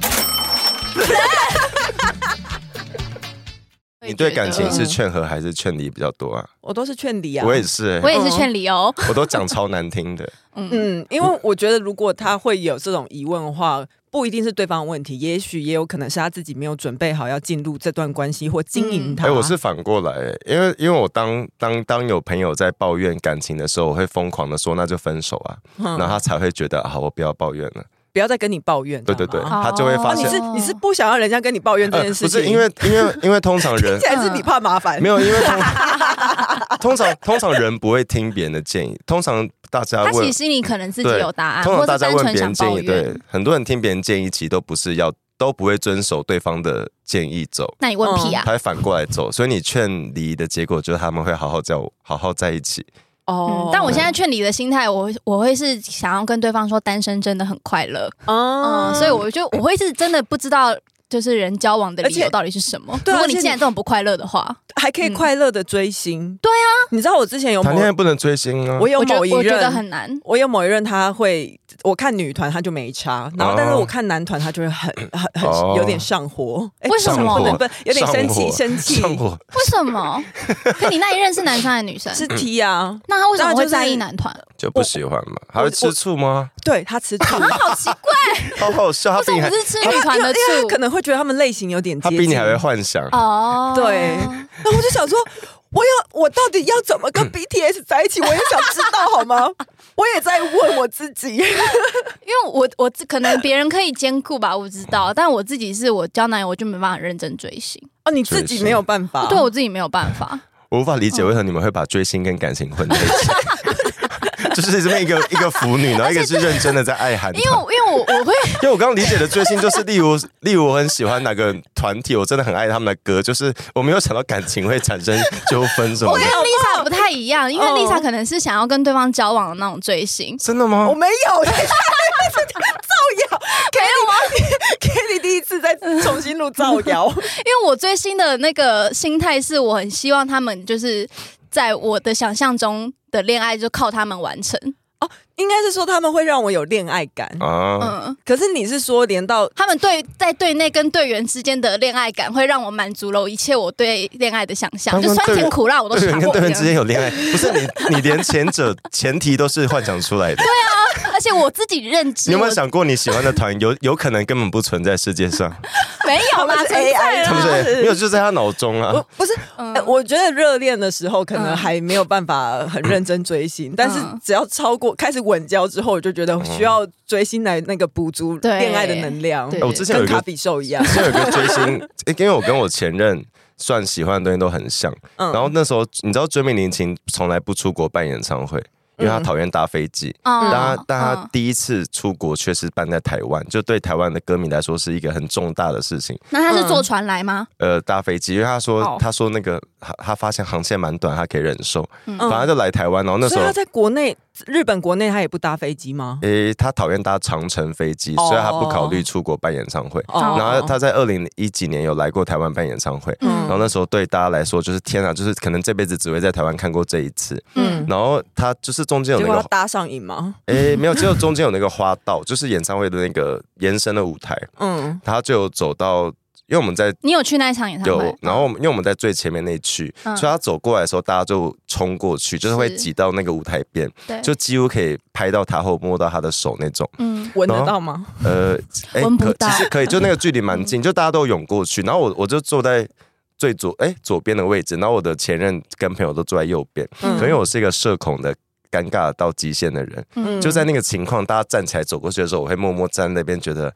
Speaker 2: 你对感情
Speaker 3: 我
Speaker 2: 是
Speaker 3: 也觉得，
Speaker 2: 劝和还是劝离比较多啊？
Speaker 1: 我都是劝离啊。
Speaker 2: 我也是、
Speaker 3: 我
Speaker 2: 欸，
Speaker 3: 也是劝离哦。
Speaker 2: 我都讲超难听的。
Speaker 3: 嗯，
Speaker 1: 嗯，因为我觉得如果他会有这种疑问的话，不一定是对方的问题，也许也有可能是他自己没有准备好要进入这段关系或经营它。
Speaker 2: 哎、我是反过来、欸，因为因为我当当当有朋友在抱怨感情的时候，我会疯狂的说那就分手啊，
Speaker 1: 嗯，
Speaker 2: 然后他才会觉得啊，我不要抱怨了。
Speaker 1: 不要再跟你抱怨。
Speaker 2: 对对
Speaker 1: 知
Speaker 2: 对，
Speaker 1: 道吗
Speaker 3: 哦
Speaker 2: 他就会
Speaker 1: 啊，
Speaker 2: 发
Speaker 1: 你
Speaker 2: 现，
Speaker 1: 是你是不想要人家跟你抱怨这
Speaker 2: 呃
Speaker 1: 件
Speaker 2: 不
Speaker 1: 事情？
Speaker 2: 是因为因为因为通常人
Speaker 1: 听起来是你怕麻烦，
Speaker 2: 没有，因为通 通常通常人不会听别人的建议，通常大家
Speaker 1: 啊
Speaker 3: 他其
Speaker 2: 问
Speaker 3: 实，心里可能自己
Speaker 2: 对
Speaker 3: 有答案，
Speaker 2: 通常
Speaker 3: 或者
Speaker 2: 大家
Speaker 3: 单
Speaker 2: 问
Speaker 3: 纯
Speaker 2: 别人
Speaker 3: 想
Speaker 2: 建
Speaker 3: 抱
Speaker 2: 议，对
Speaker 3: 怨。，
Speaker 2: 很多人听别人建议，其实都不是要都不会遵守对方的建议走。
Speaker 3: 那你问屁啊
Speaker 2: 他？会反过来走，所以你劝离的结果就是他们会好好在好好在一起。
Speaker 1: 哦
Speaker 3: 嗯，但我现在劝离的心态，我我会是想要跟对方说，单身真的很快乐。
Speaker 1: 哦
Speaker 3: 嗯，所以我就我会是真的不知道，就是人交往的理
Speaker 1: 而
Speaker 3: 由
Speaker 1: 且
Speaker 3: 到底是什么。
Speaker 1: 对啊
Speaker 3: 如果
Speaker 1: 而
Speaker 3: 你
Speaker 1: 且
Speaker 3: 既然
Speaker 1: 你
Speaker 3: 这种不快乐的话，
Speaker 1: 还可以
Speaker 3: 嗯
Speaker 1: 快乐的追星。对啊，你知道我之前有
Speaker 2: 谈
Speaker 1: 某
Speaker 2: 恋爱不能追星啊
Speaker 1: 我！有
Speaker 3: 我觉
Speaker 1: 某
Speaker 3: 得
Speaker 1: 一
Speaker 3: 我觉
Speaker 1: 任
Speaker 3: 得很难。
Speaker 1: 我有某一任他会，我看女团他就没差，然后
Speaker 2: 哦
Speaker 1: 但是我看男团他就会很 很
Speaker 2: 哦
Speaker 1: 很有点上火，诶
Speaker 3: 为什
Speaker 1: 上
Speaker 3: 么
Speaker 1: 火不能不能有点
Speaker 2: 上
Speaker 1: 生气
Speaker 2: 火
Speaker 1: 生气
Speaker 2: 上火，
Speaker 3: 为 什么？可你那一任是男生还是女生？
Speaker 1: 是 T 啊，
Speaker 3: 那他为什么
Speaker 1: 那
Speaker 3: 会
Speaker 1: 就是
Speaker 3: 在意男团？
Speaker 2: 就不喜欢嘛？还会吃醋吗？
Speaker 1: 对他吃 醋，
Speaker 3: 好奇怪，
Speaker 2: 好好笑，他
Speaker 3: 为什
Speaker 2: 比你
Speaker 3: 么
Speaker 2: 还
Speaker 3: 不是吃女团的
Speaker 1: 因为他
Speaker 3: 醋
Speaker 1: 可？能会觉得他们类型有点接
Speaker 2: 他
Speaker 1: 近，
Speaker 2: 比你还会幻想。
Speaker 3: 哦，
Speaker 1: 对，然后我就想说，我要我到底要怎么 跟 BTS 在一起？我也想知道好 吗？我也在问我自己，
Speaker 3: 因为我我可能别人可以兼顾吧，我不知道，但我自己是我交男友我就没办法认真追星，
Speaker 1: 哦，你自己没有办
Speaker 2: 哦
Speaker 1: 法，
Speaker 3: 哦对我自己没有办法。
Speaker 2: 我无法理解
Speaker 3: 嗯
Speaker 2: 为何你们会把追星跟感情混在一起。 就是这么一个一个腐女，然后一个是认真的在爱韩团
Speaker 3: 因为。我因为我 我会
Speaker 2: 因为我刚刚理解的追星就是，例如例如我很喜欢哪个团体，我真的很爱他们的歌，就是我没有想到感情会产生纠纷什么
Speaker 3: 我跟
Speaker 2: 的。
Speaker 3: Lisa 不太一样，因为
Speaker 1: 哦
Speaker 3: Lisa 可能是想要跟对方交往的那种追星，
Speaker 2: 真的吗
Speaker 1: 我？没有， 你在那边造谣，没有啊 k e 第一次再重新录造谣，
Speaker 3: 因为我追星的那个心态是我很希望他们就是在我的想象中的恋爱就靠他们完成，
Speaker 1: 应该是说他们会让我有恋爱感。
Speaker 2: 啊，
Speaker 3: 嗯。
Speaker 1: 可是你是说连到
Speaker 3: 他们对在队内跟队员之间的恋爱感，会让我满足了我一切我对恋爱的想象，
Speaker 2: 他
Speaker 3: 就
Speaker 2: 们
Speaker 3: 酸
Speaker 2: 队
Speaker 3: 甜
Speaker 2: 员
Speaker 3: 苦辣我都
Speaker 2: 队 员
Speaker 3: 尝
Speaker 2: 跟
Speaker 3: 过
Speaker 2: 队。员之间有恋爱，不是你，你连前者前提都是幻想出来的。
Speaker 3: 而且我自己认知，
Speaker 2: 你有没有
Speaker 3: 我
Speaker 2: 想过你喜欢的团有有可能根本不存在世界 上？
Speaker 3: 没有
Speaker 1: 他
Speaker 3: 啦，
Speaker 1: 们是
Speaker 3: 存在
Speaker 1: AI
Speaker 2: 他
Speaker 1: 他
Speaker 2: 们
Speaker 1: 们
Speaker 3: 啦。
Speaker 2: 是没有，就在他脑中
Speaker 1: 我
Speaker 2: 啊。
Speaker 1: 不是、
Speaker 3: 嗯
Speaker 1: 呃我觉得热恋的时候可能
Speaker 3: 嗯
Speaker 1: 还没有办法很认真追星，但是
Speaker 3: 嗯
Speaker 1: 只要超过开始稳交之后，我就觉
Speaker 2: 哦
Speaker 1: 得需要追星来那个补足
Speaker 3: 对
Speaker 1: 恋爱的能量，
Speaker 3: 对
Speaker 2: 哎我之前有
Speaker 1: 跟
Speaker 2: 一
Speaker 1: 卡
Speaker 2: 个
Speaker 1: 比兽 一样。
Speaker 2: 之前有一个追星，诶因为我跟我前任算喜欢的东西都很像。
Speaker 1: 嗯
Speaker 2: 然后那时候你知道追命林琴从来不出国办演唱会，因为他讨厌搭飞机。
Speaker 3: 嗯
Speaker 2: 但他但他
Speaker 3: 嗯
Speaker 2: 第一次出国却是办在台湾，就对台湾的歌迷来说是一个很重大的事情。
Speaker 3: 那他是坐船来吗？
Speaker 2: 呃，搭飞机，因为他说、
Speaker 3: 哦
Speaker 2: 他说那个他他发现航线蛮短，他可以忍受，
Speaker 3: 嗯
Speaker 2: 反正就来台湾。然后那时
Speaker 1: 所以他
Speaker 2: 候
Speaker 1: 在国内日本国内他也不搭飞机吗？
Speaker 2: 诶，他讨厌搭长程飞机，
Speaker 1: 哦
Speaker 2: 所以他不考虑出国办演唱会。
Speaker 1: 哦
Speaker 2: 然后他在二零一几年有来过台湾办演唱会，
Speaker 3: 嗯
Speaker 2: 然后那时候对大家来说就是天啊，就是可能这辈子只会在台湾看过这一次。
Speaker 3: 嗯，
Speaker 2: 然后他就是中间有
Speaker 1: 结
Speaker 2: 那
Speaker 1: 果他
Speaker 2: 个，
Speaker 1: 搭上瘾吗？
Speaker 2: 诶，没有，只有中间有那个花道，就是演唱会的那个延伸的舞台，
Speaker 1: 嗯，
Speaker 2: 他就有走到，因为我们在
Speaker 3: 你有去那一场演唱
Speaker 2: 有
Speaker 3: 会？，
Speaker 2: 然后我们因为我们在最前面那一区，
Speaker 3: 嗯
Speaker 2: 所以他走过来的时候，大家就冲过去，就是会
Speaker 3: 是
Speaker 2: 挤到那个舞台边，
Speaker 3: 对，
Speaker 2: 就几乎可以拍到他或摸到他的手那种。
Speaker 3: 嗯，
Speaker 1: 闻
Speaker 2: 然
Speaker 1: 得
Speaker 2: 后
Speaker 1: 到吗？
Speaker 2: 呃，哎、
Speaker 3: 闻不
Speaker 2: 可
Speaker 3: 到嗯
Speaker 2: 其实可以，就 那个距离蛮近，就大家都涌过去，然后我我就坐在最左哎、左边的位置，然后我的前任跟朋友都坐在右边，
Speaker 1: 嗯
Speaker 2: 可能我是一个社恐的。尴尬到极限的人，
Speaker 3: 嗯
Speaker 2: 就在那个情况，大家站起来走过去的时候，我会默默站在那边，觉得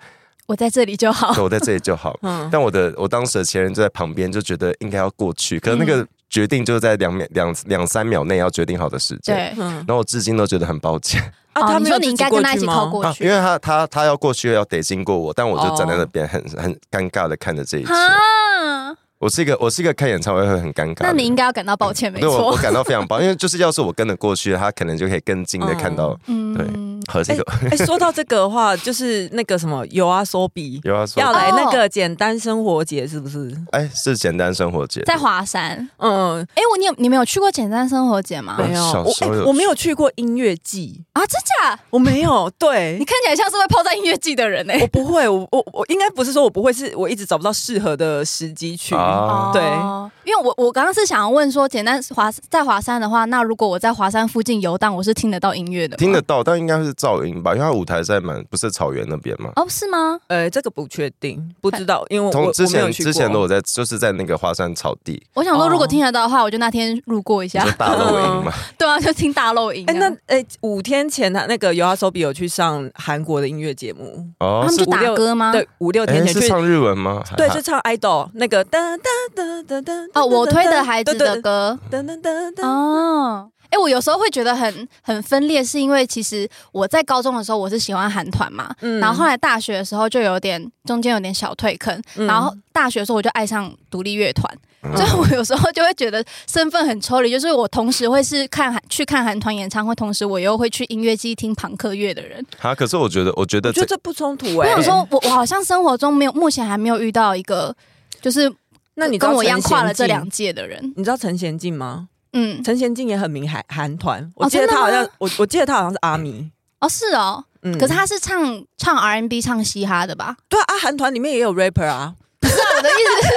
Speaker 3: 我在这里就好。
Speaker 2: 对我在这里就 好。
Speaker 1: 嗯
Speaker 2: 但我的我当时的前任就在旁边，就觉得应该要过去，可是那
Speaker 3: 嗯
Speaker 2: 个决定就是在两秒两两三秒内要决定好的时间。
Speaker 3: 对，
Speaker 1: 嗯
Speaker 2: 然后我至今都觉得很抱歉
Speaker 3: 哦
Speaker 1: 啊，他
Speaker 3: 你
Speaker 1: 没
Speaker 3: 说
Speaker 1: 有
Speaker 3: 你应
Speaker 1: 自己
Speaker 3: 该跟他一起
Speaker 1: 去吗
Speaker 3: 靠过
Speaker 2: 啊，
Speaker 3: 去
Speaker 2: 因为他他他要过去要得经过我，但我就站在
Speaker 1: 哦
Speaker 2: 那边很很尴尬的看着这一切。
Speaker 3: 啊，
Speaker 2: 我是一个我是一个看演唱会会很尴尬的
Speaker 3: 那
Speaker 2: 人，
Speaker 3: 你应该要感到抱歉，没
Speaker 2: 对我我
Speaker 3: 错。
Speaker 2: 感到非常抱歉，因为就是要是我跟着过去，他可能就可以更近的看到
Speaker 3: 嗯，
Speaker 2: 和这个
Speaker 1: 哎，说到这个的话，就是那个什么有啊，索比
Speaker 2: 有啊说
Speaker 1: 要来
Speaker 3: 哦
Speaker 1: 那个简单生活节，是不是？
Speaker 2: 哎是简单生活节
Speaker 3: 在华山。
Speaker 1: 嗯，
Speaker 3: 哎，我你有你们有去过简单生活节吗？
Speaker 2: 对
Speaker 1: 没有，
Speaker 2: 小
Speaker 1: 我
Speaker 2: 时
Speaker 1: 哎
Speaker 2: 候有
Speaker 1: 我没有去过音乐季，
Speaker 3: 啊，真假？
Speaker 1: 我没有，对
Speaker 3: 你看起来像是会泡在音乐季的人哎
Speaker 1: 我。不会，我我我应该不是说我不会，是我一直找不到适合的时机去。
Speaker 2: 啊
Speaker 1: 对
Speaker 3: 哦，因为我我刚刚是想要问说，简单华在华山的话，那如果我在华山附近游荡，我是听得到音乐的吗，
Speaker 2: 听得到，但应该是噪音吧，因为他舞台在满不是草原那边嘛。
Speaker 3: 哦，是吗？
Speaker 1: 呃，这个不确定，不知道，
Speaker 3: 哦
Speaker 1: 因为我
Speaker 2: 从之
Speaker 1: 我没有
Speaker 2: 前
Speaker 1: 去
Speaker 2: 之前的
Speaker 1: 过
Speaker 2: 我在就是在那个花山草地，
Speaker 3: 我想说，
Speaker 1: 哦
Speaker 3: 如果听得到的话，我就那天路过一
Speaker 2: 就哦
Speaker 3: 下，
Speaker 2: 大露营嘛，
Speaker 3: 对啊，就听大漏音这
Speaker 1: 哎、
Speaker 3: 样。
Speaker 1: 那哎、五天前他那个 y o a s o b i 有去上韩国的音乐节目，
Speaker 2: 哦
Speaker 3: 他们
Speaker 2: 是
Speaker 3: 就打歌吗？
Speaker 1: 对，五六天
Speaker 2: 哎
Speaker 1: 前
Speaker 2: 是
Speaker 1: 去，
Speaker 2: 唱日文 吗？还
Speaker 1: 对，就唱 idol 那个哒哒哒哒哒。
Speaker 3: 哦，我推的孩子的
Speaker 1: 对，
Speaker 3: 歌
Speaker 1: 对对哒哒哒
Speaker 3: 哦。哎、我有时候会觉得很很分裂，是因为其实我在高中的时候我是喜欢韩团嘛，
Speaker 1: 嗯
Speaker 3: 然后后来大学的时候就有点中间有点小退坑，
Speaker 1: 嗯
Speaker 3: 然后大学的时候我就爱上独立乐团，
Speaker 2: 嗯
Speaker 3: 所以 我有时候就会觉得身份很抽离，就是我同时会是看韩去看韩团演唱会，同时我又会去音乐季听朋克乐的人。
Speaker 2: 啊，可是我觉得我觉
Speaker 1: 我
Speaker 2: 得
Speaker 1: 觉
Speaker 2: 这
Speaker 1: 得这不冲突
Speaker 3: 我
Speaker 1: 哎、
Speaker 3: 想说我，我好像生活中没有，目前还没有遇到一个就是
Speaker 1: 那你知道
Speaker 3: 跟我一样
Speaker 1: 陈
Speaker 3: 跨了这
Speaker 1: 贤进
Speaker 3: 两，届的人。
Speaker 1: 你知道陈贤进吗？
Speaker 3: 嗯，
Speaker 1: 陈贤进也很明韩韩团，我
Speaker 3: 哦
Speaker 1: 记得
Speaker 3: 真的
Speaker 1: 他好像，
Speaker 3: 吗
Speaker 1: 我我记得他好像是阿迷。
Speaker 3: 哦，是哦，
Speaker 1: 嗯
Speaker 3: 可是他是唱唱 RMB、唱嘻哈的吧？
Speaker 1: 对啊啊，韩团里面也有 rapper 啊，
Speaker 3: 我的意思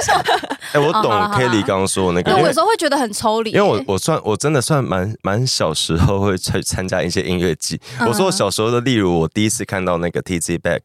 Speaker 2: 哎，
Speaker 3: 是 说，
Speaker 2: 我懂
Speaker 3: 哦好啦好啦
Speaker 2: Kelly 刚刚说的那个，
Speaker 3: 对
Speaker 2: 因
Speaker 3: 我有
Speaker 2: 为
Speaker 3: 时候会觉得很抽离、欸
Speaker 2: 因为我我算我真的算蛮蛮小时候会去参加一些音乐季。
Speaker 3: 嗯
Speaker 2: 我说我小时候的，例如我第一次看到那个 TZ Back，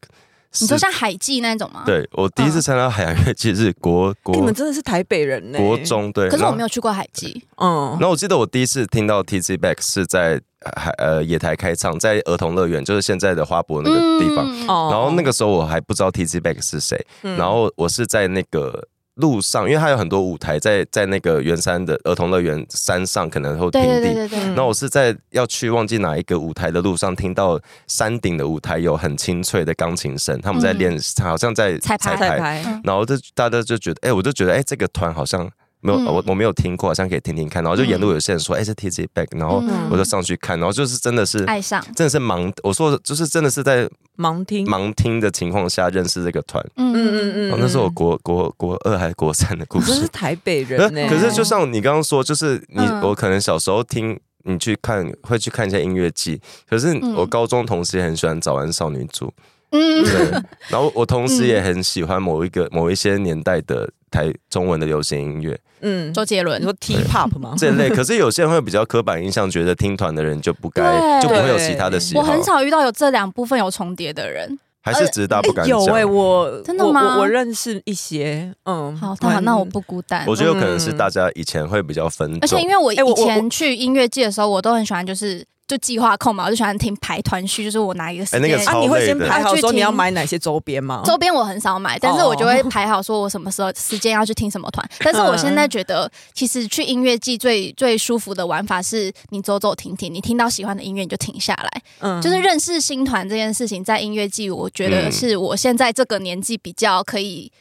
Speaker 3: 你说
Speaker 2: 是
Speaker 3: 像海记那种吗？。嗯
Speaker 2: 对我第一次参加海洋乐季是国
Speaker 1: 哎你
Speaker 2: 国
Speaker 1: 们真的是台北人呢、
Speaker 2: 国，中对，
Speaker 3: 可是我没
Speaker 2: 有。
Speaker 3: 有去过海记，
Speaker 1: 嗯
Speaker 2: 然，后我记得我第一次听到 TZ Back 是在海呃野台开唱，在儿童乐园，就是现在的花博那个地方。
Speaker 3: 哦，
Speaker 1: 哦
Speaker 2: 然后那个时候我还不知道 TZ Back 是谁，
Speaker 1: 嗯
Speaker 2: 然后我是在那个路上，因为它有很多舞台在在那个圆山的儿童乐园山上，可能会平
Speaker 3: 对
Speaker 2: 地。
Speaker 3: 对对对对，
Speaker 1: 嗯
Speaker 2: 然后我是在要去忘记哪一个舞台的路上，听到山顶的舞台有很清脆的钢琴声，他们在练，
Speaker 3: 嗯
Speaker 2: 好像在
Speaker 3: 彩排
Speaker 1: 彩排，
Speaker 3: 嗯
Speaker 2: 然后就大家就觉得，哎、我就觉得，哎、这个团好像没有，
Speaker 3: 嗯
Speaker 2: 我我没有听过，好像可以听听看。然后就沿路有些人说，哎、这 TZ Back，然后
Speaker 3: 嗯哎
Speaker 2: 我就上去看，然后就是真的是。
Speaker 3: 爱上，
Speaker 2: 真的是盲，我说的就是真的是在
Speaker 1: 盲听，
Speaker 2: 盲听的情况下认识这个团。
Speaker 3: 嗯
Speaker 1: 嗯嗯
Speaker 2: 哦
Speaker 1: 嗯，，
Speaker 2: 那是我国国国二还是国三的故
Speaker 1: 你真
Speaker 2: 事
Speaker 1: 是。台北
Speaker 2: 可
Speaker 1: 人呢、
Speaker 2: 是可是就像你刚刚说，就是你、
Speaker 3: 嗯
Speaker 2: 我可能小时候听你去看会去看一下音乐季，可是
Speaker 3: 嗯
Speaker 2: 我高中同时也很喜欢早安少女组，
Speaker 3: 嗯
Speaker 2: 对
Speaker 3: 嗯，，
Speaker 2: 然后我同时也很喜欢某一个某一些年代的台中文的流行音乐
Speaker 1: 嗯，
Speaker 3: 周杰伦
Speaker 1: 你，说 T pop 吗？
Speaker 2: 这类，可是有些人会比较刻板印象，觉得听团的人就不该
Speaker 3: 对
Speaker 2: 就不会有其他的喜
Speaker 3: 我
Speaker 2: 好，
Speaker 3: 很少遇呃到有这两部分有重叠的人。
Speaker 2: 还是直大不敢讲。
Speaker 1: 有哎、我
Speaker 3: 真的
Speaker 1: 我
Speaker 3: 吗
Speaker 1: 我我认识一些，嗯，
Speaker 3: 好，
Speaker 1: 蛮
Speaker 3: 那那我不孤单。
Speaker 2: 我觉得有可能是大家以前会比较分
Speaker 3: 嗯而且
Speaker 2: 众
Speaker 3: 因。为我
Speaker 1: 哎我
Speaker 3: 以
Speaker 1: 我
Speaker 3: 前去音乐季的时候，我都很喜欢，就是就计划控嘛，我就喜欢听排团序，就是我拿一个时
Speaker 2: 哎那个
Speaker 3: 间。
Speaker 1: 啊，
Speaker 2: 超
Speaker 1: 你会先
Speaker 2: 累的
Speaker 1: 排好
Speaker 3: 啊去
Speaker 1: 说你
Speaker 3: 听
Speaker 1: 要买哪些周边吗？
Speaker 3: 周边我很少买，但是我就
Speaker 1: 哦
Speaker 3: 会排好说我什么时候时间要去听什么团。但是我现
Speaker 1: 嗯
Speaker 3: 在觉得，其实去音乐季最最舒服的玩法是你走走停停，你听到喜欢的音乐你就停下来。
Speaker 1: 嗯
Speaker 3: 就是认识新团这件事情，在音乐季，我觉得
Speaker 2: 嗯
Speaker 3: 是我现在这个年纪比较可以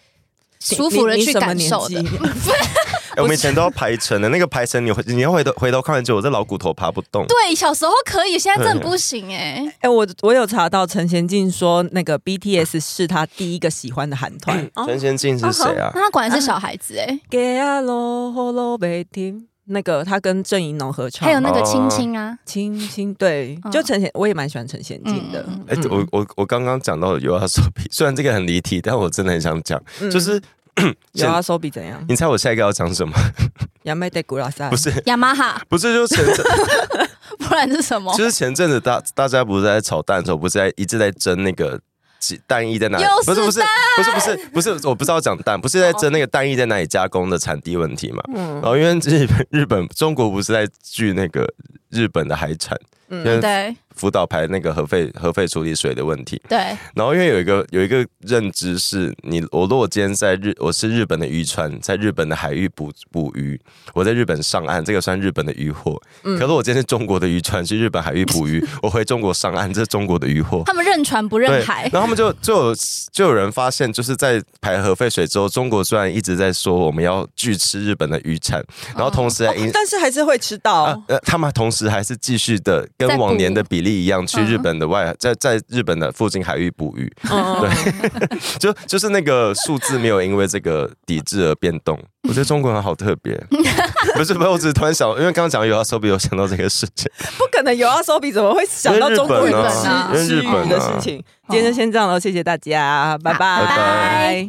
Speaker 3: 舒服的
Speaker 1: 你你
Speaker 3: 去
Speaker 1: 什么
Speaker 3: 感
Speaker 1: 年
Speaker 3: 受
Speaker 1: 纪
Speaker 3: 的。
Speaker 2: 哎我们以前都要排程的，那个排程你回你要回头回头看很久，我这老骨头爬不动。
Speaker 3: 对，小时候可以，现在真的不 行哎、
Speaker 1: 哎、我我有查到陈贤进说，那个 BTS 是他第一个喜欢的韩团。
Speaker 3: 哦
Speaker 2: 陈贤进是谁啊？
Speaker 3: 那他果然是小孩子哎、
Speaker 1: 给阿罗吼罗贝听，那个他跟郑怡农合唱，
Speaker 3: 还有那个青青啊，
Speaker 1: 青青，对，
Speaker 3: 嗯
Speaker 1: 就陈贤，我也蛮喜欢陈贤进的。
Speaker 3: 嗯
Speaker 2: 哎、我我我刚刚讲到有要手比， 虽然这个很离题，但我真的很想讲，
Speaker 1: 嗯
Speaker 2: 就是
Speaker 1: 有 啊，手比怎样？
Speaker 2: 你猜我下一个要讲什么？
Speaker 1: 亚美德古拉萨
Speaker 2: 不是
Speaker 3: 雅马哈，
Speaker 2: 不是，就是前阵
Speaker 3: 不然是什么？
Speaker 2: 就是前阵子大大家不是在炒蛋的时候，不是在一直在争那个鸡蛋液在哪里
Speaker 3: 又？是
Speaker 2: 不是不是不是不是不是，我不知道讲蛋，不是在争那个蛋液在哪里加工的产地问题嘛？然后因为日本日本中国不是在拒那个日本的海产，因为
Speaker 3: 对
Speaker 2: 福岛排那个核废核废处理水的问题，
Speaker 3: 对，
Speaker 2: 然后因为有一个有一个认知是你，我如果今天在日，我是日本的渔船，在日本的海域捕捕鱼，我在日本上岸，这个算日本的渔获。
Speaker 3: 嗯
Speaker 2: 可是我今天是中国的渔船去日本海域捕 鱼，我回中国上岸，这是中国的渔获。
Speaker 3: 他们认船不
Speaker 2: 对
Speaker 3: 认，海
Speaker 2: 然，后他们就就有就有人发现，就是在排核废水之后，中国虽然一直在说我们要拒吃日本的渔
Speaker 3: 哦
Speaker 2: 产，然后同时还影
Speaker 1: 但是还是会吃
Speaker 2: 啊
Speaker 1: 到，哦
Speaker 2: 呃，他们同时还是继续的跟
Speaker 3: 在捕
Speaker 2: 往年的比例一样，去
Speaker 3: 嗯
Speaker 2: 日本的外，在在日本的附近海域捕鱼，
Speaker 1: 嗯，
Speaker 2: 就就是那个数字没有因为这个抵制而变动。我觉得中国人好特别，不是不是，我只是突然想，因为刚刚讲有要收笔，有想到这个事情。
Speaker 1: 不可能有啊，手比怎么会想到中国人
Speaker 3: 因为日本啊
Speaker 1: 吃
Speaker 2: 因为
Speaker 1: 吃
Speaker 2: 日本啊
Speaker 1: 鱼的事情？今天就先这样了，谢谢大家，拜拜
Speaker 3: 拜拜。